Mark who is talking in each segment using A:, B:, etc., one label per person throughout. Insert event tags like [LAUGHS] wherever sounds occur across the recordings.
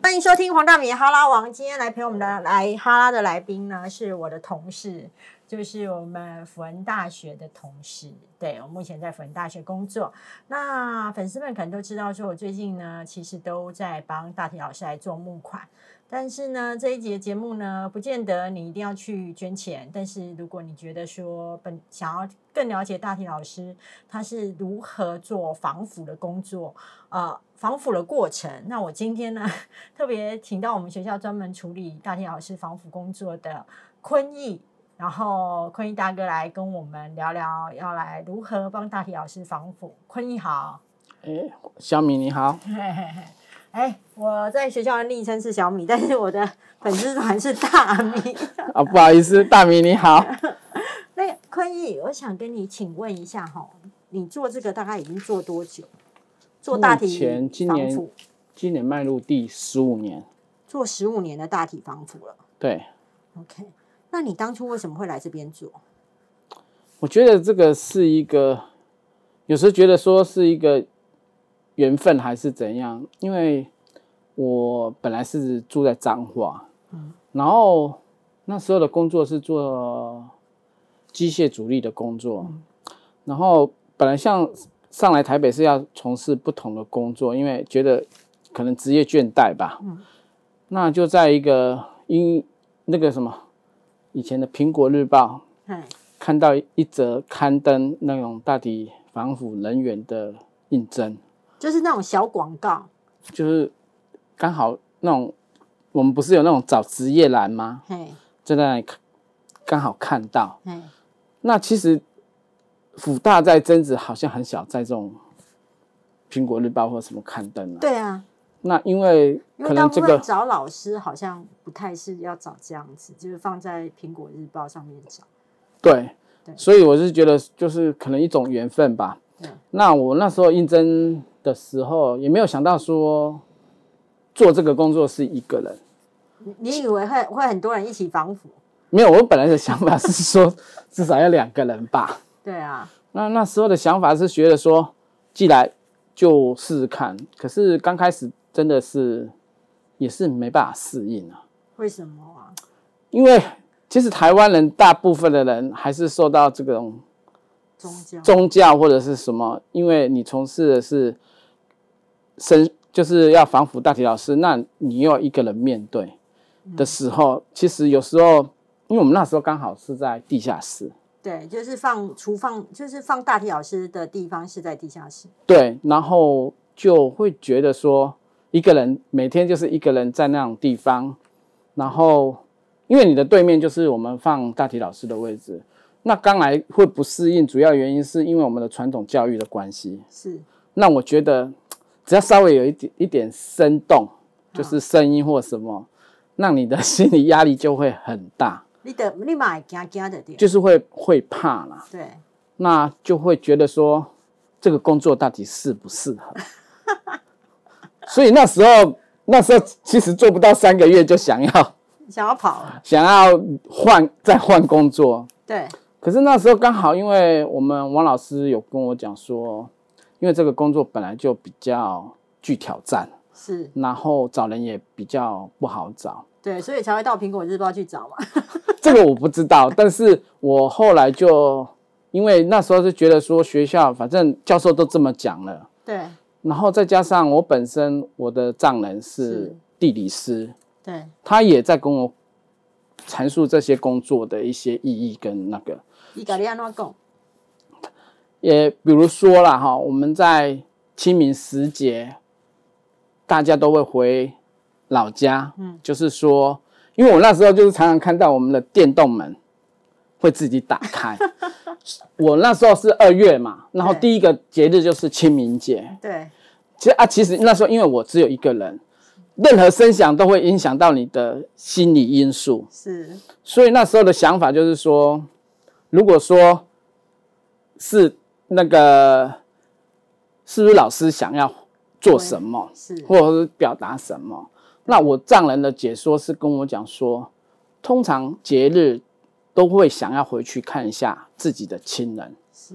A: 欢迎收听黄大米哈拉王。今天来陪我们的来哈拉的来宾呢，是我的同事，就是我们辅仁大学的同事。对我目前在辅仁大学工作。那粉丝们可能都知道，说我最近呢，其实都在帮大体老师来做募款。但是呢，这一节节目呢，不见得你一定要去捐钱。但是如果你觉得说本想要更了解大体老师他是如何做防腐的工作，呃，防腐的过程，那我今天呢特别请到我们学校专门处理大体老师防腐工作的坤毅，然后坤毅大哥来跟我们聊聊，要来如何帮大体老师防腐。坤毅好。
B: 哎，小米你好，
A: 嘿嘿嘿，哎，我在学校的昵称是小米，但是我的粉丝团是大米。 [LAUGHS]
B: 啊，不好意思，大米你好，
A: 那个坤毅，我想跟你请问一下哈，你做这个大概已经做多久？做大体
B: 目前今
A: 防
B: 年
A: 腐
B: 今年迈入第十五年，
A: 做十五年的大体防腐了。
B: 对
A: OK，那你当初为什么会来这边做？
B: 我觉得这个是一个，有时候觉得说是一个缘分还是怎样，因为我本来是住在彰化，然后那时候的工作是做机械主力的工作，然后本来像上来台北是要从事不同的工作，因为觉得可能职业倦怠吧，那就在一个因那个什么以前的苹果日报。
A: 哎，
B: 看到一则刊登那种大体防腐人员的应征，
A: 就是那种小广告，
B: 就是刚好那种我们不是有那种找职业栏吗？
A: 嘿，
B: 就在那里看刚好看到。
A: 嘿，
B: 那其实辅大在增值好像很少在这种苹果日报或什么刊登啊。
A: 对啊，
B: 那因为
A: 因
B: 可
A: 为大
B: 能
A: 部
B: 这
A: 分
B: 个
A: 找老师好像不太是要找这样子，就是放在《苹果日报》上面找。
B: 对
A: 对，
B: 所以我是觉得就是可能一种缘分吧
A: 嗯。
B: 那我那时候应征的时候，也没有想到说做这个工作是一个人，
A: 你你以为会会很多人一起防腐？
B: 没有，我本来的想法是说 [LAUGHS] 至少要两个人吧。
A: 对啊，
B: 那那时候的想法是觉得说，既来就试试看。可是刚开始真的是也是没办法适应啊，
A: 为什么啊？
B: 因为其实台湾人大部分的人还是受到这种
A: 宗教？
B: 宗教或者是什么，因为你从事的是身，就是要防腐大体老师，那你又要一个人面对的时候，其实有时候，因为我们那时候刚好是在地下室，
A: 对，就是放厨放，就是放大体老师的地方是在地下室。
B: 对，然后就会觉得说，一个人每天就是一个人在那种地方，然后因为你的对面就是我们放大体老师的位置。那刚来会不适应，主要原因是因为我们的传统教育的关系。
A: 是，
B: 那我觉得只要稍微有一点一点生动，就是声音或什么，那你的心理压力就会很大，
A: 你得你买加加的店。
B: 就是会会怕啦，
A: 对，
B: 那就会觉得说这个工作到底适不适合。所以那时候，那时候其实做不到三个月就想要
A: 想要跑了。
B: 想要换再换工作，
A: 对，
B: 可是那时候刚好，因为我们王老师有跟我讲说，因为这个工作本来就比较具挑战，
A: 是，
B: 然后找人也比较不好找。 [LAUGHS]
A: 对，所以才会到《苹果日报》去找嘛。 [LAUGHS]
B: 这个我不知道，但是我后来就因为那时候是觉得说学校反正教授都这么讲了，
A: 对，
B: 然后再加上我本身我的丈人
A: 是
B: 是地理师，
A: 对，
B: 他也在跟我阐述这些工作的一些意义跟那个。
A: 伊甲你安怎讲？
B: 也比如说啦，哈，我们在清明时节，大家都会回老家，嗯，就是说，因为我那时候就是常常看到我们的电动门会自己打开。我那时候是二月嘛，然后
A: 对
B: 第一个节日就是清明节。
A: 对，
B: 其实啊，其实那时候因为我只有一个人，任何声响都会影响到你的心理因素。
A: 是，
B: 所以那时候的想法就是说，如果说是那个，是不是老师想要做什么，
A: 是，
B: 或者是表达什么？那我丈人的解说是跟我讲说，通常节日都会想要回去看一下自己的亲人。
A: 是，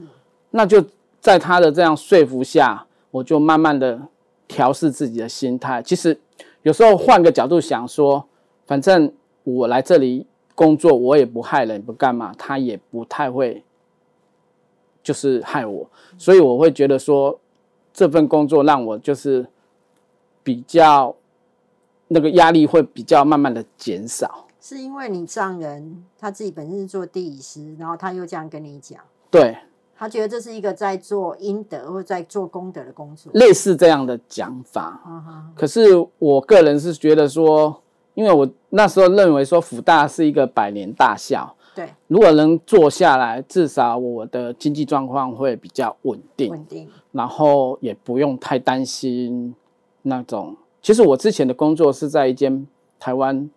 B: 那就在他的这样说服下，我就慢慢的调试自己的心态。其实有时候换个角度想说，反正我来这里工作，我也不害人，也不干嘛，他也不太会就是害我，所以我会觉得说，这份工作让我就是比较那个压力会比较慢慢的减少。
A: 是因为你丈人他自己本身是做地理师，然后他又这样跟你讲，
B: 对，
A: 他觉得这是一个在做阴德或在做功德的工
C: 嗯
A: 作。
B: 类似这样的讲法，
A: 啊哈，
B: 可是我个人是觉得说，因为我那时候认为说福大是一个百年大校，
A: 对，
B: 如果能做下来，至少我的经济状况会比较稳定，
A: 稳定，
B: 然后也不用太担心那种。其实我之前的工作是在一间台湾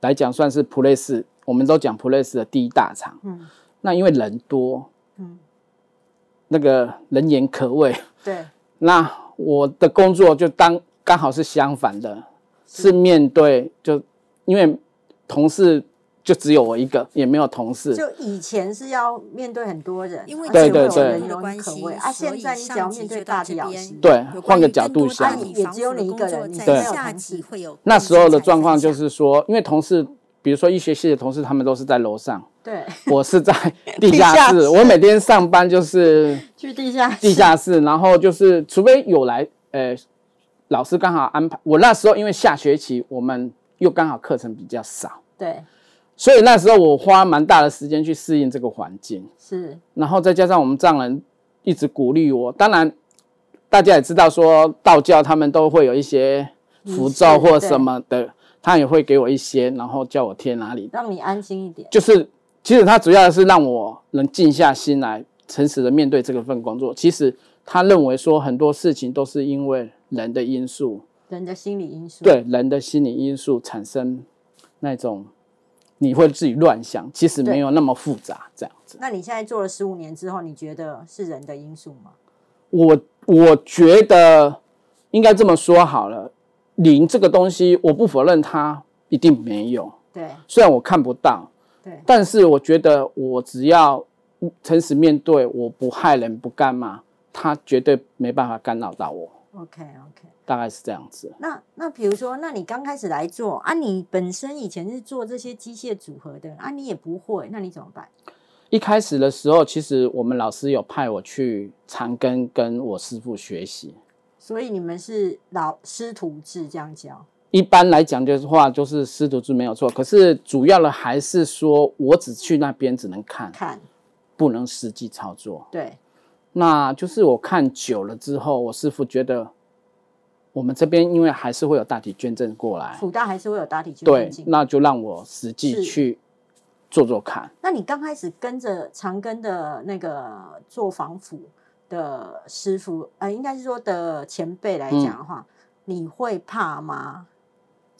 B: 来讲算是普瑞士，我们都讲普瑞士的第一大厂。
A: 嗯
B: 那因为人多，
A: 嗯，
B: 那个人言可畏，
A: 对，
B: 那我的工作就当刚好是相反的，是面对就因为同事就只有我一个，也没有同事。
A: 就以前是要面对很多人，
C: 因为
A: 而且
B: 对对
A: 会有
B: 对
A: 人
C: 的
A: 容易
C: 关
A: 可
C: 系
A: 畏啊，现
C: 所以
A: 在你只
C: 上
A: 要
C: 级
A: 面
C: 就
A: 对
C: 到
A: 大
C: 这
A: 地老
C: 边
A: 师，
B: 对
C: 有
B: 换
C: 关
B: 个
C: 于
B: 角
C: 更多
B: 度
C: 的
B: 想
C: 关于
A: 也
C: 房
A: 只有
C: 子的
A: 你一
C: 工
A: 个
C: 作
A: 人你
C: 在
A: 才有
C: 下
A: 弹
C: 集
A: 性
C: 会有
B: 那时候的状况
C: 更精
B: 就
C: 彩
B: 是
C: 分享
B: 说，因为同事，比如说医学系的同事，他们都是在楼 [LAUGHS] 上，
C: [LAUGHS]
A: 对，
B: 我是在地
A: 下
B: 下
A: 室
B: 室。我每天上班就是
A: 去地下
B: 地
A: 室
B: 下室，然后就是除非有来，呃，老师刚好安排。我那时候因为下学期我们又刚好课程比较少，
A: 对，
B: 所以那时候我花蛮大的时间去适应这个环境，
A: 是
B: 然后再加上我们丈人一直鼓励我。当然，大家也知道说道教他们都会有一些符咒或什么的，他也会给我一些，然后叫我贴哪里。
A: 让你安心一点。
B: 就是其实他主要是让我能静下心来，诚实的面对这个份工作。其实他认为说很多事情都是因为人的因素，
A: 人的心理因素，，
B: 对人的心理因素产生那种你会自己乱想，其实没有那么复杂这样子。
A: 那你现在做了十五年之后，你觉得是人的因素吗？
B: 我我觉得应该这么说好了，灵这个东西，我不否认它一定没有，
A: 对
B: 虽然我看不到，
A: 对，
B: 但是我觉得我只要诚实面对，我不害人不干嘛，它绝对没办法干扰到我，
A: ，OK OK。
B: 大概是这样子。
A: 那那比如说，那你刚开始来做啊，你本身以前是做这些机械组合的啊，你也不会，那你怎么办？
B: 一开始的时候，其实我们老师有派我去长庚跟我师傅学习。
A: 所以你们是老师徒制这样教，
B: 一般来讲，就是话就是师徒制没有错，可是主要的还是说我只去那边只能看，
A: 看
B: 不能实际操作。
A: 对
B: 那就是我看久了之后，我师傅觉得我们这边因为还是会有大体捐赠过来，
A: 辅大还是会有打底捐
B: 对
A: 赠，进。
B: 那就让我实际
A: 是
B: 去做做看。
A: 那你刚开始跟着长庚的那个做防腐的师傅，呃，应该是说的前辈来讲
B: 嗯
A: 的话，你会怕吗？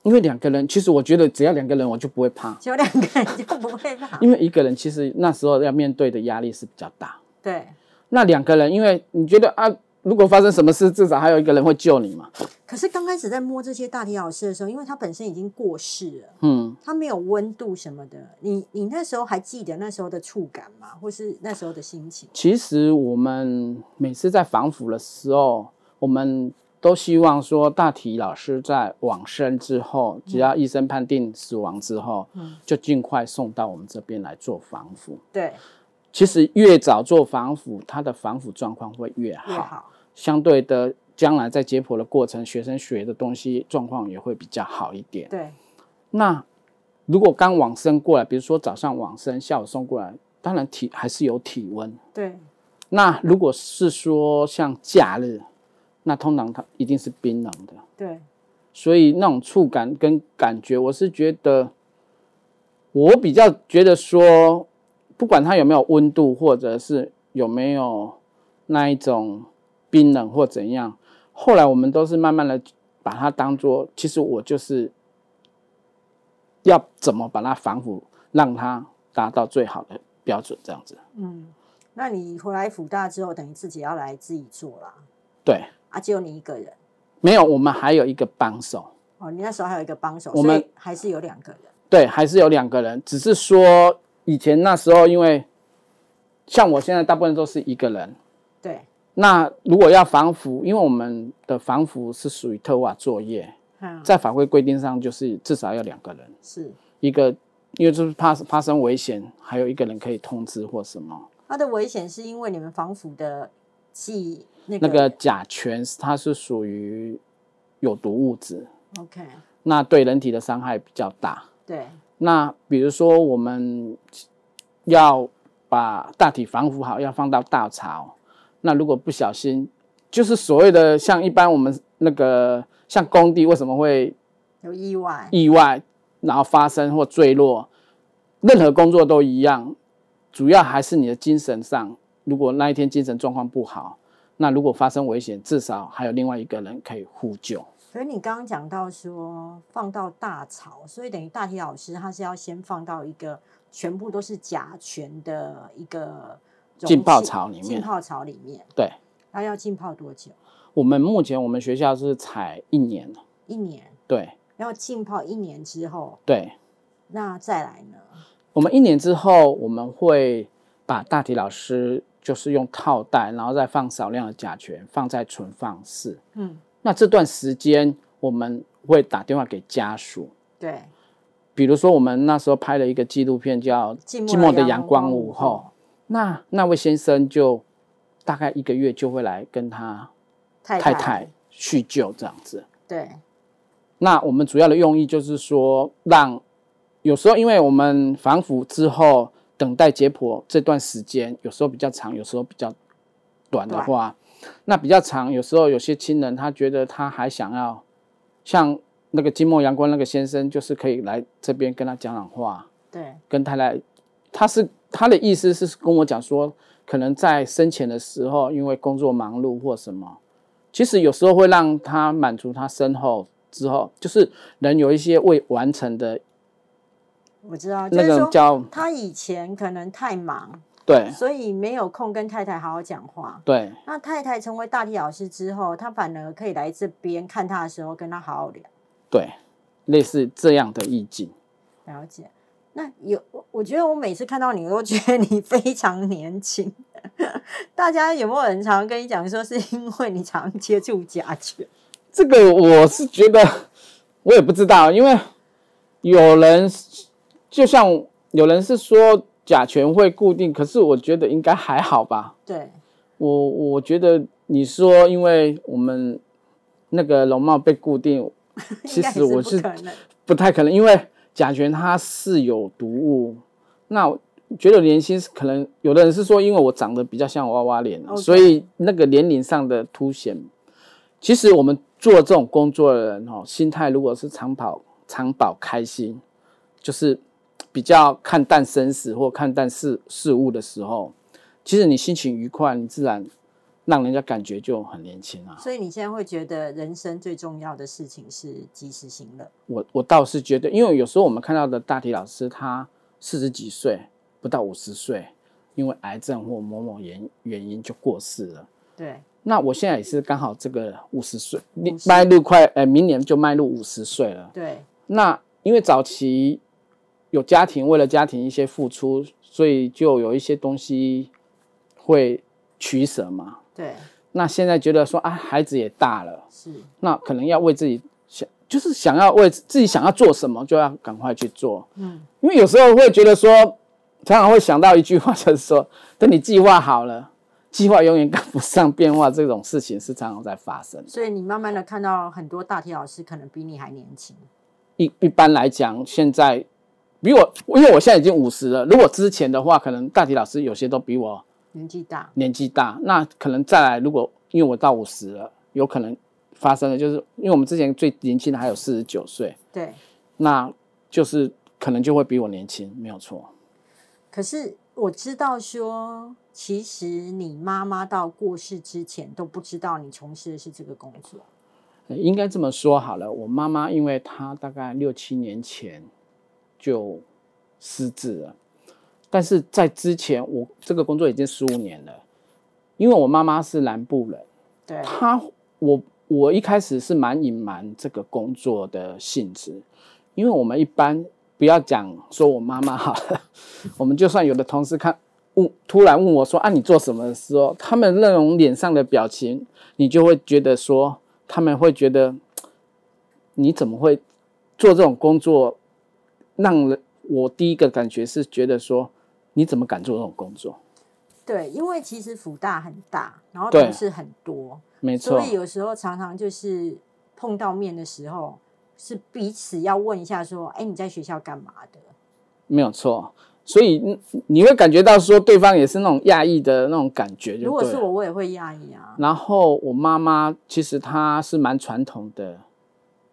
B: 因为两个人，其实我觉得只要两个人，我就不会怕，，
A: 只有两个人就不会怕
B: [LAUGHS] 因为一个人其实那时候要面对的压力是比较大。
A: 对。
B: 那两个人，因为你觉得啊，如果发生什么事，至少还有一个人会救你嘛。
A: 可是刚开始在摸这些大体老师的时候，因为他本身已经过世了，
B: 嗯，
A: 它没有温度什么的。你你那时候还记得那时候的触感吗？或是那时候的心情？
B: 其实我们每次在防腐的时候，我们都希望说大体老师在往生之后，只要医生判定死亡之后，
A: 嗯
B: 就尽快送到我们这边来做防腐。
A: 对，
B: 其实越早做防腐，它的防腐状况会越好，
A: 也好，
B: 相对的，将来在解剖的过程，学生学的东西状况也会比较好一点。
A: 对
B: 那如果刚往生过来，比如说早上往生，下午送过来，当然体还是有体温。
A: 对
B: 那如果是说像假日，那通常它一定是冰冷的，
A: 对，
B: 所以那种触感跟感觉，我是觉得，我比较觉得说，不管它有没有温度，或者是有没有那一种冰冷或怎样，后来我们都是慢慢的把它当做，其实我就是要怎么把它防腐，让它达到最好的标准，这样子。
A: 嗯。那你回来辅大之后，等于自己要来自己做啦，
B: 对，
A: 啊，只有你一个人
B: 没有，我们还有一个帮手。
A: 哦。你那时候还有一个帮手，
B: 我
A: 所
B: 们
A: 以还是有两个人。
B: 对，还是有两个人，只是说以前那时候，因为像我现在大部分都是一个人。
A: 对，
B: 那如果要防腐，因为我们的防腐是属于特化作业，
A: 嗯，
B: 在法规规定上就是至少要两个人，
A: 是
B: 一个因为就是怕发生危险，还有一个人可以通知或什么。
A: 它的危险是因为你们防腐的剂那个
B: 那个甲醛它是属于有毒物质，
A: OK
B: 那对人体的伤害比较大。
A: 对
B: 那比如说我们要把大体防腐好，要放到大槽，那如果不小心，就是所谓的像一般我们那个像工地为什么会
A: 有意外
B: 意外，然后发生或坠落，任何工作都一样，主要还是你的精神上。如果那一天精神状况不好，那如果发生危险，至少还有另外一个人可以呼救。
A: 可是你刚刚讲到说放到大槽，所以等于大体老师他是要先放到一个全部都是甲醛的一个容器
B: 浸泡槽里面
A: 浸泡槽里面，
B: 对
A: 那要浸泡多久？
B: 我们目前我们学校是采一年了，
A: 一年，
B: 对
A: 要浸泡一年之后，
B: 对，
A: 那再来呢？
B: 我们一年之后我们会把大体老师就是用套袋，然后再放少量的甲醛放在存放室。
A: 嗯，
B: 那这段时间我们会打电话给家属，
A: 对，
B: 比如说我们那时候拍了一个纪录片叫《
A: 寂
B: 寂寞的
A: 阳
B: 阳光
A: 午
B: 午后》，那那位先生就大概一个月就会来跟他
A: 太
B: 太太叙旧这样子。
A: 对
B: 那我们主要的用意就是说，让有时候因为我们防腐之后等待解剖这段时间，有时候比较长，有时候比较短的话，那比较长，有时候有些亲人他觉得他还想要像那个金末阳光那个先生，就是可以来这边跟他讲讲话，
A: 对
B: 跟他来，他是他的意思是跟我讲说，可能在生前的时候，因为工作忙碌或什么，其实有时候会让他满足他身后之后，就是人有一些未完成的
A: 我知啊道，就
B: 那
A: 是
B: 种
A: 说
B: 叫
A: 他以前可能太忙，
B: 对
A: 所以没有空跟太太好好讲话。
B: 对
A: 那太太成为大体老师之后，他反而可以来这边看他的时候，跟他好好聊。
B: 对，类似这样的意境。
A: 了解。那有，我我觉得我每次看到你，我都觉得你非常年轻。大家有没有人常跟你讲说，是因为你常接触甲醛？
B: 这个我是觉得我也不知道，因为有人就像有人是说甲醛会固定，可是我觉得应该还好吧。
A: [LAUGHS] 对，
B: 我我觉得你说，因为我们那个容貌被固定，其
A: 应该
B: 实我
A: 不
B: 是
A: 可能。
B: 不太可能，因为甲醛它是有毒物。那我觉得年轻是可能有的人是说，因为我长得比较像娃娃脸啊
A: OK
B: 所以那个年龄上的凸显。其实我们做这种工作的人哦，心态如果是长跑长保开心，就是比较看淡生死或看淡事事物的时候，其实你心情愉快，你自然让人家感觉就很年轻啊。
A: 所以你现在会觉得人生最重要的事情是及时行乐。
B: 我我倒是觉得，因为有时候我们看到的大体老师，他四十几岁，不到五十岁，因为癌症或某某原原因就过世了。
A: 对，
B: 那我现在也是刚好这个五十岁
A: 50，
B: 迈入快，呃，明年就迈入五十岁了。
A: 对，
B: 那因为早期有家庭，为了家庭一些付出，所以就有一些东西会取舍嘛。
A: 对，
B: 那现在觉得说啊，孩子也大了，
A: 是，
B: 那可能要为自己想，就是想要为自己想要做什么，就要赶快去做。
A: 嗯，
B: 因为有时候会觉得说，常常会想到一句话，就是说，等你计划好了，计划永远赶不上变化，这种事情是常常在发生。
A: 所以你慢慢的看到很多大体老师可能比你还年轻。
B: 一一般来讲，现在比我，因为我现在已经五十了，如果之前的话，可能大体老师有些都比我
A: 年纪大，
B: 年纪大，那可能再来，如果因为我到五十了，有可能发生的就是，因为我们之前最年轻的还有四十九岁，
A: 对。
B: 那就是可能就会比我年轻，没有错。
A: 可是我知道说，其实你妈妈到过世之前都不知道你从事的是这个工作。
B: 呃应该这么说好了，我妈妈因为她大概六七年前就失智了，但是在之前我这个工作已经十五年了，因为我妈妈是南部人，
A: 对
B: 她我我一开始是蛮隐瞒这个工作的性质，因为我们一般不要讲说我妈妈好了，我们就算有的同事看问突然问我说啊你做什么的时候，他们那种脸上的表情，你就会觉得说他们会觉得你怎么会做这种工作？让人我第一个感觉是觉得说，你怎么敢做这种工作？
A: 对，因为其实福大很大，然后
B: 对
A: 同事很多，
B: 没错
A: 所，以有时候常常就是碰到面的时候，是彼此要问一下说，哎，你在学校干嘛的？
B: 没有错。所以你你会感觉到说，对方也是那种讶异的那种感觉，就
A: 如果
B: 对
A: 是
B: 了。
A: 我，我也会压抑啊。
B: 然后我妈妈其实她是蛮传统的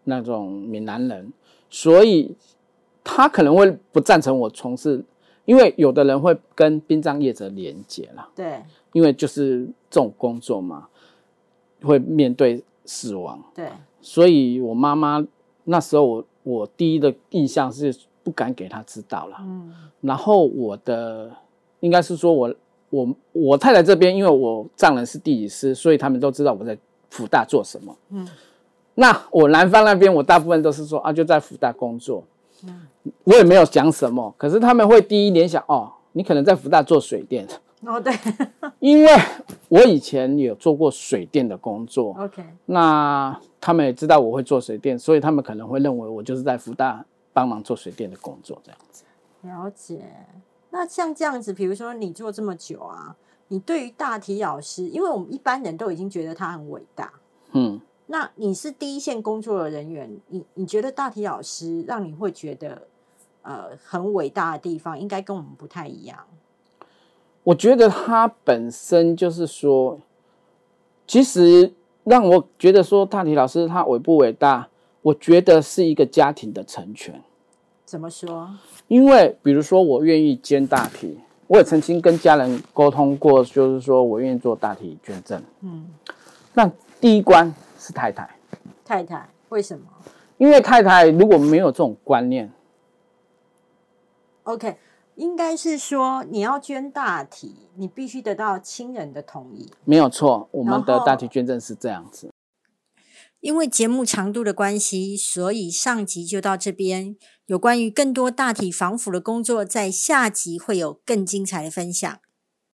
B: 那种闽南人，所以她可能会不赞成我从事，因为有的人会跟殡葬业者连接啦，
A: 对
B: 因为就是这种工作嘛，会面对死亡，
A: 对，
B: 所以我妈妈那时候我我第一的印象是不敢给她知道啦。
A: 嗯，
B: 然后我的应该是说我我我太太这边，因为我丈人是地理师，所以他们都知道我在福大做什么。
A: 嗯，
B: 那我南方那边，我大部分都是说啊，就在福大工作。嗯，我也没有讲什么，可是他们会第一联想哦，你可能在福大做水电，
A: 哦对 [LAUGHS]
B: 因为我以前有做过水电的工作。
A: ，OK，
B: 那他们也知道我会做水电，所以他们可能会认为我就是在福大帮忙做水电的工作这样。
A: 了解。那像这样子，比如说你做这么久啊，你对于大体老师，因为我们一般人都已经觉得他很伟大，
B: 嗯，
A: 那你是第一线工作的人员，你你觉得大体老师让你会觉得呃很伟大的地方，应该跟我们不太一样。
B: 我觉得他本身就是说，其实让我觉得说大体老师他伟不伟大，我觉得是一个家庭的成全。
A: 怎么说？
B: 因为比如说我愿意捐大体，我也曾经跟家人沟通过，就是说我愿意做大体捐赠。
A: 嗯，
B: 那第一关是太太，
A: 太太为什么
B: 因为太太如果没有这种观念，
A: ？OK，应该是说你要捐大体，你必须得到亲人的同意。
B: 没有错，我们
A: 然
B: 的
A: 后
B: 大体捐赠是这样子。
A: 因为节目长度的关系，所以上集就到这边。有关于更多大体防腐的工作，在下集会有更精彩的分享。